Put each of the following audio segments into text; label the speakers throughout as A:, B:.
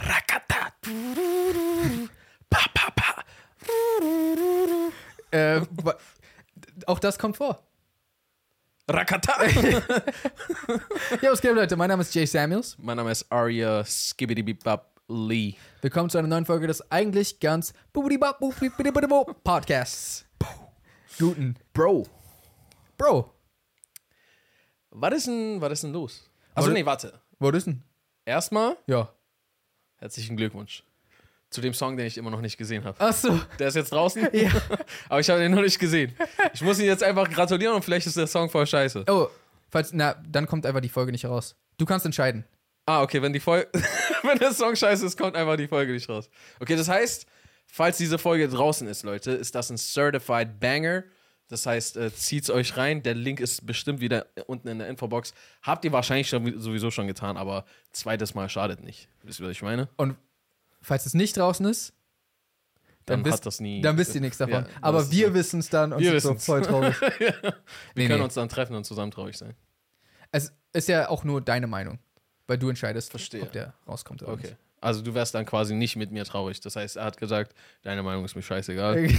A: Rakata. Pa, pa, pa.
B: Äh, wa- auch das kommt vor.
A: Rakata.
B: Ja, was geht, Leute? Mein Name ist Jay Samuels.
A: mein Name ist Arya Skibidibibab Lee.
B: Willkommen zu einer neuen Folge des eigentlich ganz Bubidibabubidibidibub Podcasts. Guten.
A: Bro.
B: Bro,
A: Was ist denn, was ist denn los? Also
B: Warte.
A: nee, warte.
B: wo ist denn?
A: Erstmal
B: Ja.
A: herzlichen Glückwunsch zu dem Song, den ich immer noch nicht gesehen habe.
B: Ach so.
A: Der ist jetzt draußen,
B: Ja.
A: aber ich habe den noch nicht gesehen. Ich muss ihn jetzt einfach gratulieren und vielleicht ist der Song voll scheiße.
B: Oh, falls, na, dann kommt einfach die Folge nicht raus. Du kannst entscheiden.
A: Ah, okay, wenn die Folge, wenn der Song scheiße ist, kommt einfach die Folge nicht raus. Okay, das heißt, falls diese Folge draußen ist, Leute, ist das ein Certified Banger. Das heißt, äh, zieht's euch rein. Der Link ist bestimmt wieder unten in der Infobox. Habt ihr wahrscheinlich schon, sowieso schon getan, aber zweites Mal schadet nicht. Wisst ihr, was ich meine?
B: Und falls es nicht draußen ist,
A: Dann,
B: wisst-
A: hat das nie.
B: dann wisst ihr nichts davon.
A: Ja, das
B: Aber
A: ist-
B: wir wissen es dann und
A: Wir
B: sind so
A: wissen's.
B: voll traurig.
A: Wir
B: nee,
A: können
B: nee.
A: uns dann treffen und zusammen traurig sein.
B: Es ist ja auch nur deine Meinung, weil du entscheidest,
A: Verstehe.
B: ob der rauskommt oder
A: Okay. Also du wärst dann quasi nicht mit mir traurig. Das heißt, er hat gesagt, deine Meinung ist mir scheißegal.
B: nicht.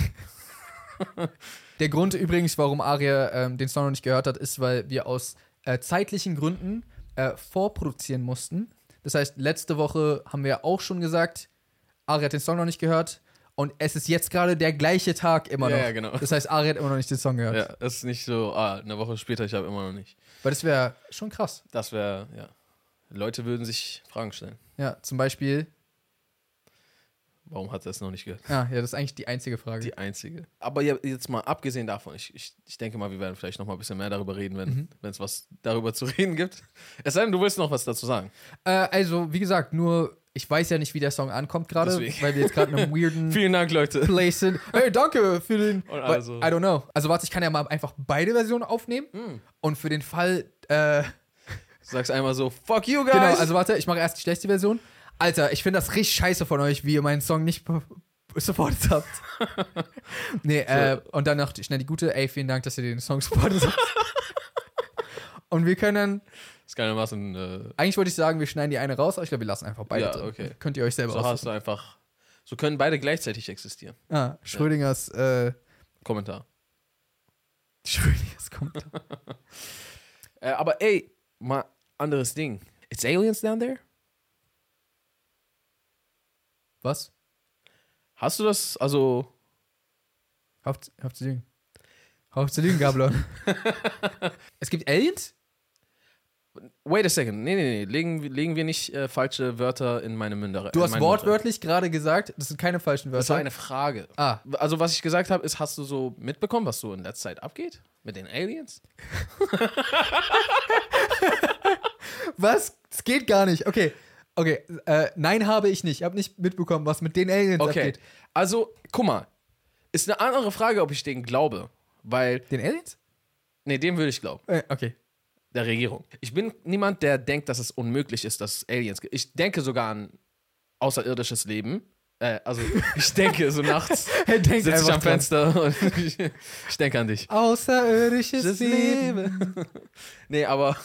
B: der Grund übrigens, warum Aria ähm, den Song noch nicht gehört hat, ist, weil wir aus äh, zeitlichen Gründen äh, vorproduzieren mussten. Das heißt, letzte Woche haben wir auch schon gesagt, Aria hat den Song noch nicht gehört und es ist jetzt gerade der gleiche Tag immer
A: Ja,
B: noch.
A: ja, genau.
B: Das heißt, Aria hat immer noch nicht den Song gehört.
A: Ja, es ist nicht so, ah, eine Woche später, ich habe immer noch nicht.
B: Weil das wäre schon krass.
A: Das wäre, ja. Leute würden sich Fragen stellen.
B: Ja, zum Beispiel.
A: Warum hat er es noch nicht gehört?
B: Ah, ja, das ist eigentlich die einzige Frage.
A: Die einzige. Aber ja, jetzt mal abgesehen davon, ich, ich, ich denke mal, wir werden vielleicht noch mal ein bisschen mehr darüber reden,
B: Mhm.
A: wenn es was darüber zu reden gibt. Es sei denn, du willst noch was dazu sagen.
B: Äh, also, wie gesagt, nur, ich weiß ja nicht, wie der Song ankommt gerade,
A: Deswegen.
B: weil wir jetzt gerade in einem weirden
A: Vielen Dank, Leute.
B: Place sind. Hey, danke für den.
A: Und
B: But
A: also-
B: I don't know. Also, warte, ich kann ja mal einfach beide Versionen aufnehmen.
A: Hm.
B: Und für den Fall, äh,
A: Sag's einmal so, fuck you guys.
B: genau, also warte, ich mache erst die schlechte Version. Alter, ich finde das richtig scheiße von euch, wie ihr meinen Song nicht be- supportet habt. nee, äh, und dann noch die- schnell die gute, ey, vielen Dank, dass ihr den Song supportet habt. Und wir können dann
A: das kann ja machen, äh,
B: Eigentlich wollte ich sagen, wir schneiden die eine raus, aber ich glaube, wir lassen einfach beide
A: Ja,
B: drin.
A: okay.
B: Könnt ihr euch selber
A: so hast
B: aussuchen.
A: du einfach, so können beide gleichzeitig existieren.
B: Ah, Schrödingers, äh,
A: Kommentar.
B: Schrödingers Kommentar.
A: Äh, aber ey, mal anderes Ding. It's aliens down there?
B: Was?
A: Hast du das, also,
B: Hör auf, zu- hör auf zu lügen. Hör auf zu lügen, Gablon. es gibt Aliens?
A: wait a second. Nee, nee, nee, legen, wir- legen wir nicht äh, falsche Wörter in meine Münder.
B: Du hast wortwörtlich gerade gesagt, das sind keine falschen
A: Das war
B: Wörter.
A: eine Frage.
B: ah,
A: Also, was ich gesagt habe, ist, hast du so mitbekommen, was so in letzter Zeit abgeht? Mit den Aliens?
B: was? Es geht gar nicht. Okay, okay. Äh, nein, habe ich nicht. Ich habe nicht mitbekommen, was mit den Aliens
A: Okay.
B: abgeht.
A: Also, guck mal. Ist eine andere Frage, ob ich denen glaube. Weil,
B: Den Aliens?
A: nee, dem würde ich glauben.
B: Äh, okay.
A: Der Regierung. Ich bin niemand, der denkt, dass es unmöglich ist, dass es Aliens gibt. Ich denke sogar an außerirdisches Leben. Äh, also, ich denke so nachts.
B: Er denkt
A: Sitze ich am
B: dran.
A: Fenster und ich, ich denke an dich.
B: Außerirdisches Leben.
A: Nee, aber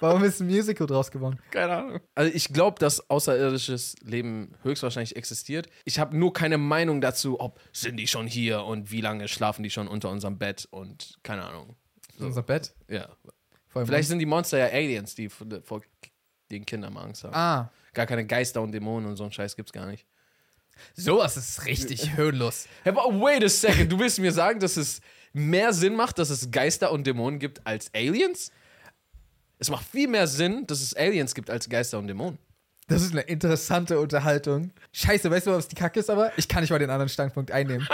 B: Warum ist ein Musical draus geworden?
A: Keine Ahnung. Also ich glaube, dass außerirdisches Leben höchstwahrscheinlich existiert. Ich habe nur keine Meinung dazu, ob sind die schon hier und wie lange schlafen die schon unter unserem Bett und keine Ahnung. So.
B: Unser Bett.
A: Ja.
B: Vor allem
A: Vielleicht sind die Monster ja Aliens, die vor- vor den Kindern mal Angst haben.
B: Ah.
A: Gar keine Geister und Dämonen und so ein Scheiß gibt's gar nicht.
B: Sowas ist richtig höhenlos.
A: Hey, wa- wait a second, du willst mir sagen, dass es mehr Sinn macht, dass es Geister und Dämonen gibt als Aliens? Es macht viel mehr Sinn, dass es Aliens gibt als Geister und Dämonen.
B: Das ist eine interessante Unterhaltung. Scheiße, weißt du, was die Kacke ist, aber ich kann nicht mal den anderen Standpunkt einnehmen.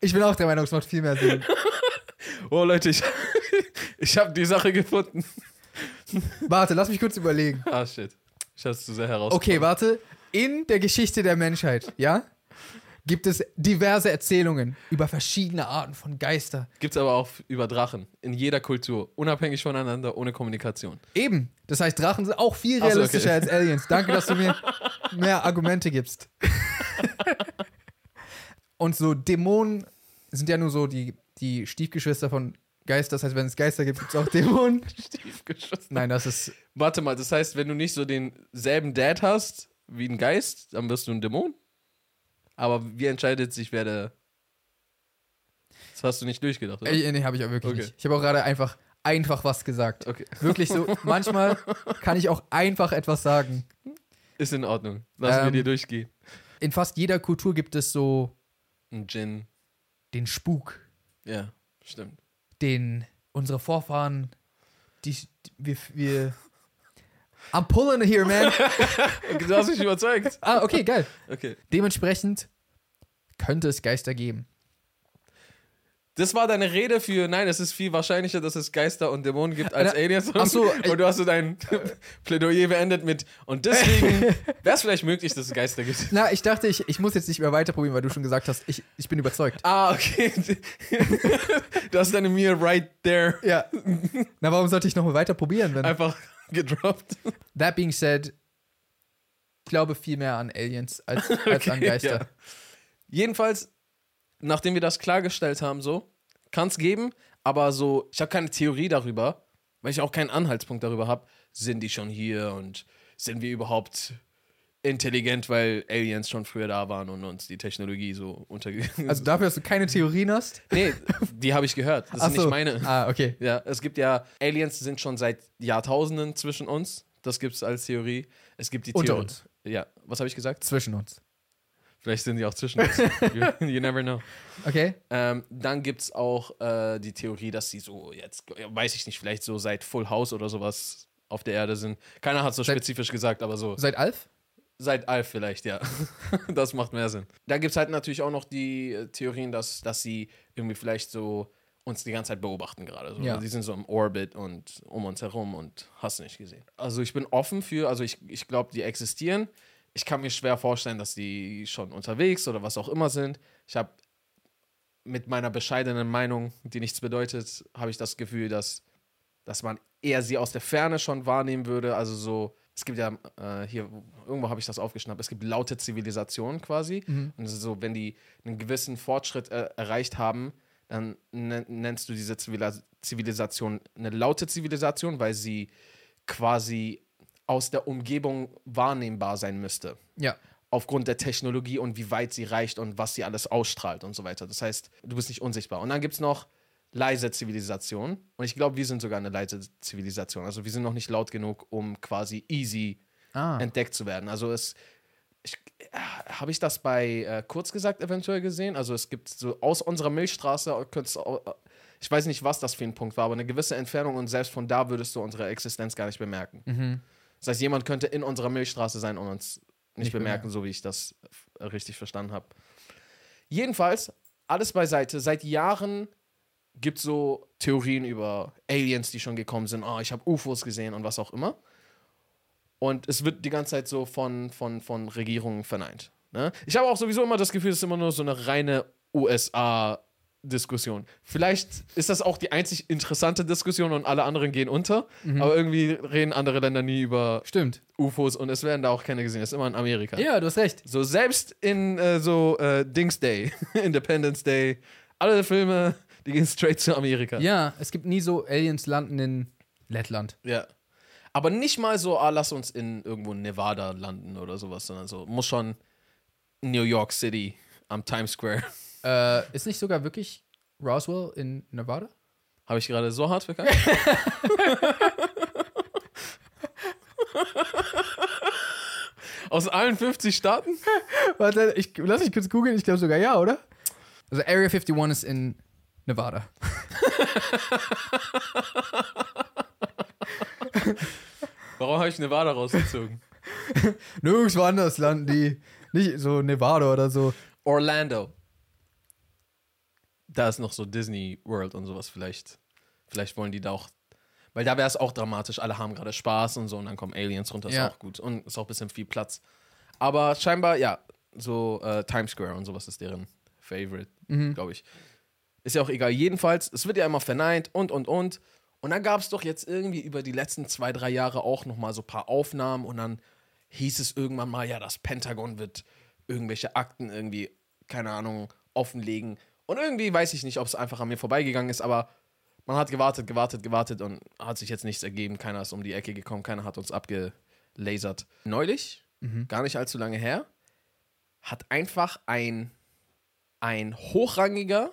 B: ich bin auch der Meinung, es macht viel mehr Sinn.
A: Oh Leute, ich, ich habe die Sache gefunden.
B: Warte, lass mich kurz überlegen.
A: Ah shit. Ich hab's zu sehr heraus.
B: Okay, warte. In der Geschichte der Menschheit, ja, gibt es diverse Erzählungen über verschiedene Arten von Geister.
A: Gibt's aber auch über Drachen in jeder Kultur, unabhängig voneinander, ohne Kommunikation.
B: Eben. Das heißt, Drachen sind auch viel
A: Ach so,
B: realistischer
A: okay.
B: als Aliens. Danke, dass du mir mehr Argumente gibst. Und so Dämonen sind ja nur so die, die Stiefgeschwister von Geister, das heißt, wenn es Geister gibt, gibt es auch Dämonen.
A: Tiefgeschossen.
B: Nein, das ist.
A: Warte mal, das heißt, wenn du nicht so denselben Dad hast wie ein Geist, dann wirst du ein Dämon? Aber wie entscheidet sich, wer der. Das hast du nicht durchgedacht, oder?
B: Ey, nee, habe ich auch wirklich
A: Okay.
B: nicht. Ich habe auch gerade einfach, einfach was gesagt.
A: Okay.
B: Wirklich so, manchmal kann ich auch einfach etwas sagen.
A: Ist in Ordnung. Lass
B: Ähm.
A: mir dir durchgehen.
B: In fast jeder Kultur gibt es so
A: Ein Djinn.
B: den Spuk,
A: Ja, stimmt.
B: den unsere Vorfahren, die, die wir, wir. I'm pulling here, man.
A: Okay, du hast mich überzeugt.
B: Ah, okay, geil.
A: Okay.
B: Dementsprechend könnte es Geister geben.
A: Das war deine Rede für, nein, es ist viel wahrscheinlicher, dass es Geister und Dämonen gibt als
B: Äh,
A: Aliens.
B: ach so,
A: und du hast so dein Plädoyer beendet mit, und deswegen wäre es vielleicht möglich, dass es Geister gibt.
B: Na, ich dachte, ich, ich muss jetzt nicht mehr weiterprobieren, weil du schon gesagt hast, ich, ich bin überzeugt.
A: Ah, okay. Du hast deine Mir right there
B: Ja. Na, warum sollte ich nochmal weiter probieren? Wenn
A: einfach gedroppt.
B: That being said, ich glaube viel mehr an Aliens als, als an
A: Okay,
B: Geister.
A: ja. Jedenfalls, nachdem wir das klargestellt haben, so, kann es geben, aber so, ich habe keine Theorie darüber, weil ich auch keinen Anhaltspunkt darüber habe, sind die schon hier und sind wir überhaupt intelligent, weil Aliens schon früher da waren und uns die Technologie so untergegangen
B: Also dafür, dass du keine Theorien hast.
A: nee, die habe ich gehört, das
B: Ach
A: ist nicht
B: so.
A: meine.
B: Ah, okay.
A: Ja, es gibt ja, Aliens sind schon seit Jahrtausenden zwischen uns. Das gibt es als Theorie. Es gibt die
B: Unter
A: Theorie.
B: uns.
A: Ja, was habe ich gesagt?
B: Zwischen uns.
A: Vielleicht sind die auch zwischen uns. you, you never know.
B: Okay?
A: Ähm, dann gibt es auch äh, die Theorie, dass sie so jetzt, ja, weiß ich nicht, vielleicht so seit Full House oder sowas auf der Erde sind. Keiner hat so
B: Seit-
A: spezifisch gesagt, aber so.
B: Seit Alf?
A: Seit Alf vielleicht, ja. das macht mehr Sinn. Da gibt es halt natürlich auch noch die äh, Theorien, dass, dass sie irgendwie vielleicht so uns die ganze Zeit beobachten gerade. So.
B: Ja.
A: Sie sind so im Orbit und um uns herum und hast nicht gesehen. Also ich bin offen für, also ich, ich glaube, die existieren. Ich kann mir schwer vorstellen, dass die schon unterwegs oder was auch immer sind. Ich habe mit meiner bescheidenen Meinung, die nichts bedeutet, habe ich das Gefühl, dass, dass man eher sie aus der Ferne schon wahrnehmen würde. Also so, es gibt ja äh, hier, irgendwo habe ich das aufgeschnappt, es gibt laute Zivilisationen quasi. Und es ist so, wenn die einen gewissen Fortschritt äh, erreicht haben, dann nen- nennst du diese Zivila- Zivilisation eine laute Zivilisation, weil sie quasi aus der Umgebung wahrnehmbar sein müsste
B: Ja.
A: aufgrund der Technologie und wie weit sie reicht und was sie alles ausstrahlt und so weiter. Das heißt, du bist nicht unsichtbar. Und dann gibt es noch leise Zivilisationen. Und ich glaube, wir sind sogar eine leise Zivilisation. Also wir sind noch nicht laut genug, um quasi easy
B: Ah.
A: entdeckt zu werden. Also es ich, äh, habe ich das bei äh, kurz gesagt eventuell gesehen. Also es gibt so aus unserer Milchstraße könntest au- äh, ich weiß nicht, was das für ein Punkt war, aber eine gewisse Entfernung und selbst von da würdest du unsere Existenz gar nicht bemerken. Das heißt, jemand könnte in unserer Milchstraße sein und uns nicht,
B: Nicht
A: bemerken, so wie ich das äh, richtig verstanden habe. Jedenfalls, alles beiseite, seit Jahren gibt es so Theorien über Aliens, die schon gekommen sind. Oh, ich habe UFOs gesehen und was auch immer. Und es wird die ganze Zeit so von, von, von Regierungen verneint. Ne? Ich habe auch sowieso immer das Gefühl, es ist immer nur so eine reine USA-Diskussion. Vielleicht ist das auch die einzig interessante Diskussion und alle anderen gehen unter. Aber irgendwie reden andere Länder nie über
B: Stimmt.
A: UFOs und es werden da auch keine gesehen. Das ist immer in Amerika.
B: Ja, du hast recht.
A: So selbst in äh, so äh, Dings Day, Independence Day, alle Filme, die gehen straight zu Amerika.
B: Ja, es gibt nie so Aliens landen in Lettland.
A: Ja. Aber nicht mal so, ah, lass uns in irgendwo in Nevada landen oder sowas, sondern so, muss schon New York City am Times Square.
B: Äh, ist nicht sogar wirklich Roswell in Nevada?
A: Habe ich gerade so hart verkackt? Aus allen 50 Staaten?
B: Warte, ich, lass mich kurz googeln. Ich glaube sogar ja, oder? Also Area 51 ist in Nevada.
A: Warum habe ich Nevada rausgezogen?
B: Nirgends woanders landen die. Nicht so Nevada oder so.
A: Orlando. Da ist noch so Disney World und sowas vielleicht. Vielleicht wollen die da auch. Weil da wäre es auch dramatisch. Alle haben gerade Spaß und so und dann kommen Aliens runter. Ist
B: Ja.
A: auch gut. Und ist auch ein bisschen viel Platz. Aber scheinbar, ja, so äh, Times Square und sowas ist deren Favorite, glaube ich. Ist ja auch egal. Jedenfalls, es wird ja immer verneint und und und. Und dann gab es doch jetzt irgendwie über die letzten zwei, drei Jahre auch nochmal so ein paar Aufnahmen und dann hieß es irgendwann mal, ja, das Pentagon wird irgendwelche Akten irgendwie, keine Ahnung, offenlegen. Und irgendwie weiß ich nicht, ob es einfach an mir vorbeigegangen ist, aber man hat gewartet, gewartet, gewartet und hat sich jetzt nichts ergeben. Keiner ist um die Ecke gekommen, keiner hat uns abgelasert. Neulich, gar nicht allzu lange her, hat einfach ein, ein hochrangiger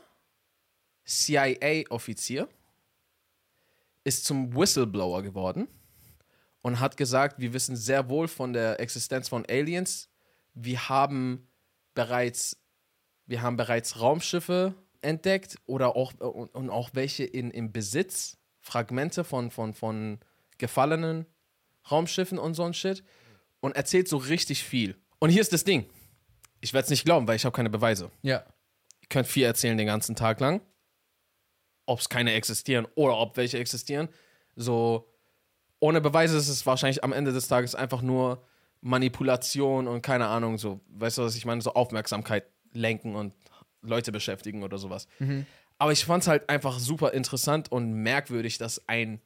A: CIA-Offizier ist zum Whistleblower geworden und hat gesagt, wir wissen sehr wohl von der Existenz von Aliens. Wir haben bereits, wir haben bereits Raumschiffe entdeckt oder auch und, und auch welche in, im Besitz, Fragmente von, von, von gefallenen Raumschiffen und so ein Shit. Und erzählt so richtig viel. Und hier ist das Ding. Ich werde es nicht glauben, weil ich habe keine Beweise.
B: Ja.
A: Ihr könnt viel erzählen den ganzen Tag lang. Ob es keine existieren oder ob welche existieren. So, ohne Beweise ist es wahrscheinlich am Ende des Tages einfach nur Manipulation und keine Ahnung, so, weißt du, was ich meine, so Aufmerksamkeit lenken und Leute beschäftigen oder sowas. Aber ich fand es halt einfach super interessant und merkwürdig, dass ein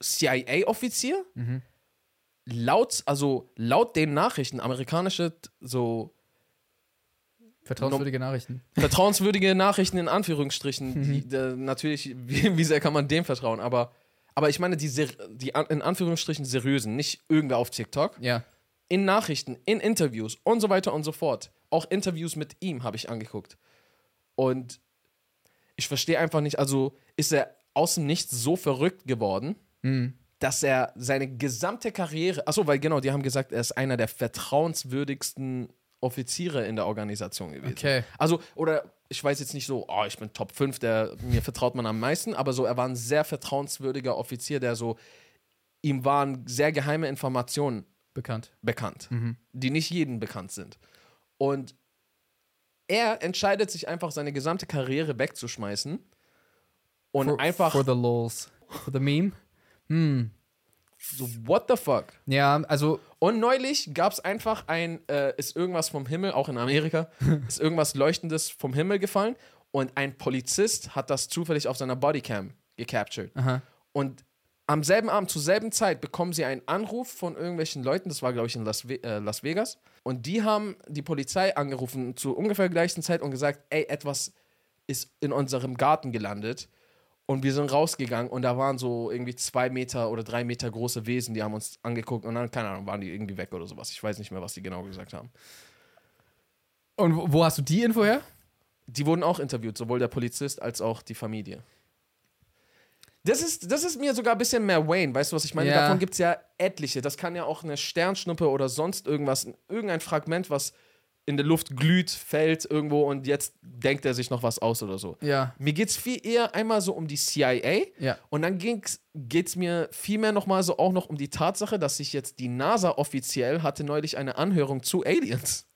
A: CIA-Offizier laut, also laut den Nachrichten, amerikanische so
B: Vertrauenswürdige Nachrichten.
A: vertrauenswürdige Nachrichten in Anführungsstrichen. Die, da, natürlich, wie, wie sehr kann man dem vertrauen? Aber, aber ich meine, die, ser- die an- in Anführungsstrichen seriösen, nicht irgendwer auf TikTok,
B: Ja.
A: in Nachrichten, in Interviews und so weiter und so fort. Auch Interviews mit ihm habe ich angeguckt. Und ich verstehe einfach nicht, also ist er außen nicht so verrückt geworden, dass er seine gesamte Karriere, achso, weil genau, die haben gesagt, er ist einer der vertrauenswürdigsten Offiziere in der Organisation gewesen.
B: Okay.
A: Also, oder ich weiß jetzt nicht so, oh, ich bin Top 5, der, mir vertraut man am meisten, aber so, er war ein sehr vertrauenswürdiger Offizier, der so, ihm waren sehr geheime Informationen
B: Bekannt.
A: bekannt, die nicht jedem bekannt sind. Und er entscheidet sich einfach, seine gesamte Karriere wegzuschmeißen und
B: For-
A: Hm, einfach
B: For the lols. For the meme.
A: so, what the fuck?
B: Ja, also
A: Und neulich gab es einfach ein, äh, ist irgendwas vom Himmel, auch in Amerika, ist irgendwas Leuchtendes vom Himmel gefallen und ein Polizist hat das zufällig auf seiner Bodycam gecaptured.
B: Aha.
A: Und am selben Abend, zur selben Zeit, bekommen sie einen Anruf von irgendwelchen Leuten, das war, glaube ich, in Las, Ve äh, Las Vegas, und die haben die Polizei angerufen zu ungefähr gleichen Zeit und gesagt, ey, etwas ist in unserem Garten gelandet. Und wir sind rausgegangen und da waren so irgendwie zwei Meter oder drei Meter große Wesen, die haben uns angeguckt und dann, keine Ahnung, waren die irgendwie weg oder sowas. Ich weiß nicht mehr, was die genau gesagt haben.
B: Und wo- wo hast du die Info her?
A: Die wurden auch interviewt, sowohl der Polizist als auch die Familie. Das ist, das ist mir sogar ein bisschen mehr Wayne, weißt du, was ich meine?
B: Ja.
A: Davon gibt es ja etliche. Das kann ja auch eine Sternschnuppe oder sonst irgendwas, irgendein Fragment, was in der Luft glüht, fällt irgendwo und jetzt denkt er sich noch was aus oder so.
B: Ja.
A: Mir geht es viel eher einmal so um die CIA
B: Ja.
A: und dann geht es mir vielmehr nochmal so auch noch um die Tatsache, dass sich jetzt die NASA offiziell hatte neulich eine Anhörung zu Aliens.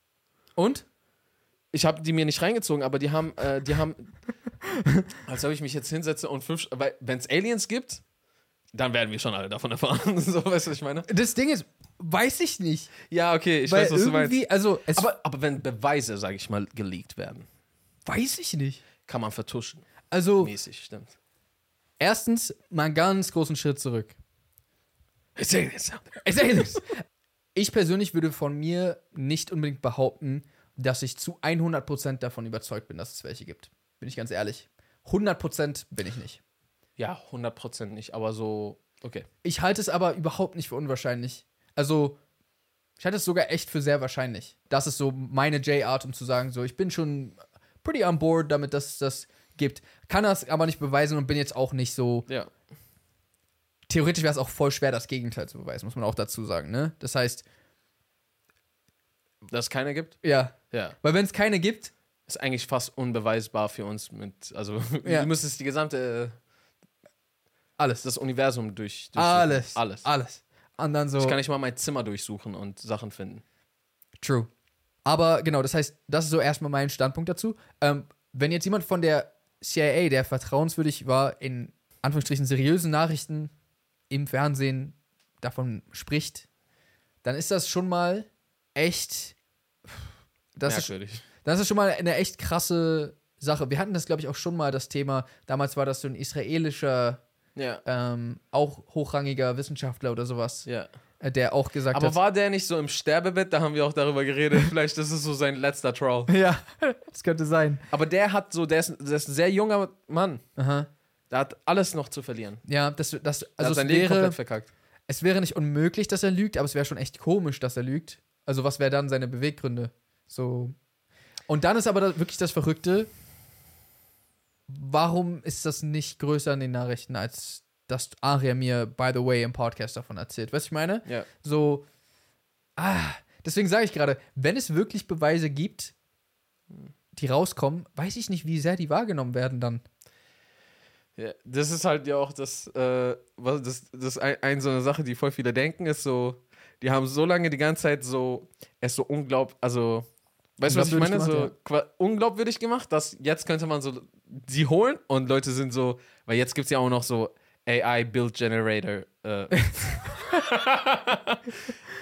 B: Und?
A: Ich habe die mir nicht reingezogen, aber die haben, äh, die haben, als ob ich mich jetzt hinsetze und fünf, weil wenn es Aliens gibt, dann werden wir schon alle davon erfahren. so, weißt du, was ich meine?
B: Das Ding ist, weiß ich nicht.
A: Ja, okay, ich
B: weil
A: weiß, was du
B: irgendwie,
A: meinst.
B: also, es
A: Aber, aber wenn Beweise, sage ich mal, geleakt werden,
B: weiß ich nicht.
A: kann man vertuschen.
B: Also,
A: Mäßig, stimmt.
B: erstens, mal einen ganz großen Schritt zurück.
A: It's Aliens.
B: Ich sage nichts. Ich persönlich würde von mir nicht unbedingt behaupten, dass ich zu 100% davon überzeugt bin, dass es welche gibt. Bin ich ganz ehrlich. 100% bin ich nicht.
A: Ja, 100% nicht, aber so, okay.
B: Ich halte es aber überhaupt nicht für unwahrscheinlich. Also, ich halte es sogar echt für sehr wahrscheinlich. Das ist so meine J-Art, um zu sagen, so, ich bin schon pretty on board damit, dass es das gibt. Kann das aber nicht beweisen und bin jetzt auch nicht so.
A: Ja.
B: Theoretisch wäre es auch voll schwer, das Gegenteil zu beweisen, muss man auch dazu sagen, ne? Das heißt,
A: Dass es keine gibt?
B: ja.
A: Ja.
B: Weil wenn es keine gibt,
A: Ist eigentlich fast unbeweisbar für uns mit, also
B: Ja.
A: du müsstest die gesamte, äh,
B: alles.
A: das Universum durch, durchsuchen.
B: Alles.
A: Alles.
B: Alles. Und dann so.
A: Ich kann nicht mal mein Zimmer durchsuchen und Sachen finden.
B: True. Aber genau, das heißt, das ist so erstmal mein Standpunkt dazu. Ähm, wenn jetzt jemand von der CIA, der vertrauenswürdig war, in Anführungsstrichen seriösen Nachrichten im Fernsehen davon spricht, dann ist das schon mal echt. Das ist,
A: Merkwürdig.
B: das ist schon mal eine echt krasse Sache. Wir hatten das, glaube ich, auch schon mal das Thema. Damals war das so ein israelischer,
A: Ja.
B: ähm, auch hochrangiger Wissenschaftler oder sowas,
A: ja.
B: äh, der auch gesagt
A: Aber
B: hat.
A: war der nicht so im Sterbebett? Da haben wir auch darüber geredet. Vielleicht ist es so sein letzter Troll.
B: Ja, das könnte sein.
A: Aber der hat so, der ist, der ist ein sehr junger Mann.
B: Aha.
A: Der hat alles noch zu verlieren.
B: Ja, das, das,
A: Der
B: also
A: hat sein
B: es
A: Leben
B: wäre,
A: komplett verkackt.
B: es wäre nicht unmöglich, dass er lügt, aber es wäre schon echt komisch, dass er lügt. Also was wäre dann seine Beweggründe? So. Und dann ist aber da wirklich das Verrückte, warum ist das nicht größer in den Nachrichten, als dass Aria mir, by the way, im Podcast davon erzählt? Weißt du, was ich meine?
A: Ja.
B: so, ah, deswegen sage ich gerade, wenn es wirklich Beweise gibt, die rauskommen, weiß ich nicht, wie sehr die wahrgenommen werden dann.
A: Ja, das ist halt ja auch das, äh, was, das, das ein, ein, so eine Sache, die voll viele denken, ist so, die haben so lange die ganze Zeit so, es so unglaub, also, weißt du, was ich meine?
B: Unglaubwürdig
A: so
B: gemacht,
A: qua- unglaubwürdig gemacht, dass jetzt könnte man so sie holen und Leute sind so, weil jetzt gibt es ja auch noch so AI-Build-Generator,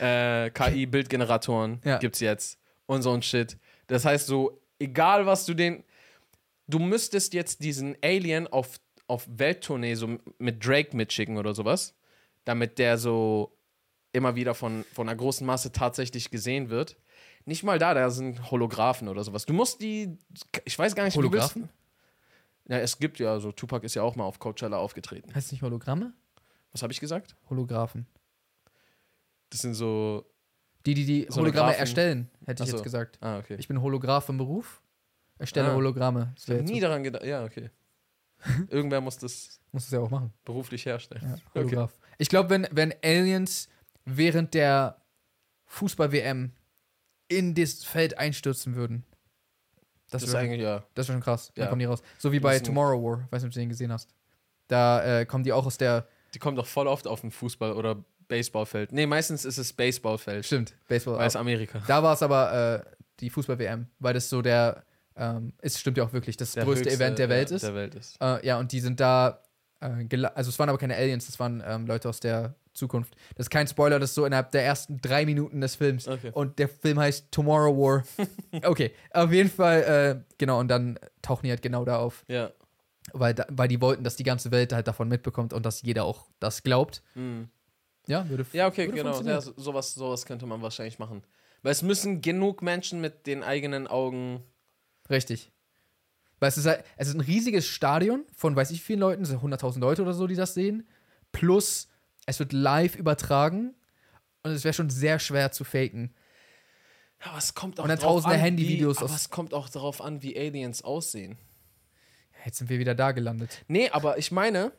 A: äh, äh, KI-Bildgeneratoren
B: Ja.
A: gibt's jetzt und so ein Shit. Das heißt so, egal was du den, du müsstest jetzt diesen Alien auf, auf Welttournee so mit Drake mitschicken oder sowas, damit der so immer wieder von, von einer großen Masse tatsächlich gesehen wird. Nicht mal da, da sind Holographen oder sowas. Du musst die, ich weiß gar nicht, wie du willst-
B: Holographen?
A: Ja, es gibt ja, so Tupac ist ja auch mal auf Coachella aufgetreten.
B: Heißt es nicht Hologramme?
A: Was habe ich gesagt?
B: Holographen.
A: Das sind so,
B: Die, die die
A: So
B: Hologramme
A: Graphen.
B: erstellen, hätte ich
A: Ach so.
B: jetzt gesagt.
A: ah, okay.
B: Ich bin Holograph im Beruf, erstelle
A: Ah.
B: Hologramme. Das
A: Ich
B: wär
A: habe
B: jetzt
A: nie
B: so.
A: daran gedacht. Ja, okay. Irgendwer muss das
B: Muss es ja auch machen.
A: beruflich herstellen.
B: Ja,
A: Okay.
B: Holograph. Ich glaube, wenn, wenn Aliens während der Fußball-WM in das Feld einstürzen würden,
A: Das,
B: das,
A: ist
B: wäre
A: eigentlich, ja.
B: Das ist schon krass. Da
A: Ja.
B: kommen die raus. So wie bei
A: Müssen-
B: Tomorrow War. Weiß nicht, ob du den gesehen hast. Da äh, kommen die auch aus der.
A: Die kommen doch voll oft auf ein Fußball- oder Baseballfeld. Nee, meistens ist es Baseballfeld,
B: Stimmt, Baseball.
A: weil es Amerika.
B: Da war es aber äh, die Fußball-WM, weil das so der. Ähm, es stimmt ja auch wirklich, das größte
A: höchste,
B: Event der Welt
A: ja,
B: ist.
A: Der Welt ist.
B: Äh, ja, und die sind da. Äh, gela- also, es waren aber keine Aliens, das waren ähm, Leute aus der Zukunft. Das ist kein Spoiler, das ist so innerhalb der ersten drei Minuten des Films.
A: Okay.
B: Und der Film heißt Tomorrow War. okay, auf jeden Fall, äh, genau, und dann tauchen die halt genau da auf.
A: Ja.
B: weil, da, weil die wollten, dass die ganze Welt halt davon mitbekommt und dass jeder auch das glaubt.
A: Mhm.
B: Ja, würde f-
A: Ja, okay,
B: Würde
A: genau.
B: funktionieren.
A: Ja, so- sowas, sowas könnte man wahrscheinlich machen. Weil es müssen genug Menschen mit den eigenen Augen.
B: richtig. Weil es ist, halt, es ist ein riesiges Stadion von weiß ich vielen Leuten, es sind 100.000 Leute oder so, die das sehen. Plus, es wird live übertragen und es wäre schon sehr schwer zu faken.
A: Aber es kommt auch
B: Und dann
A: drauf
B: tausende
A: an,
B: Handyvideos
A: wie, Aber
B: aus-
A: es kommt auch darauf an, wie Aliens aussehen.
B: Jetzt sind wir wieder da gelandet.
A: Nee, aber ich meine,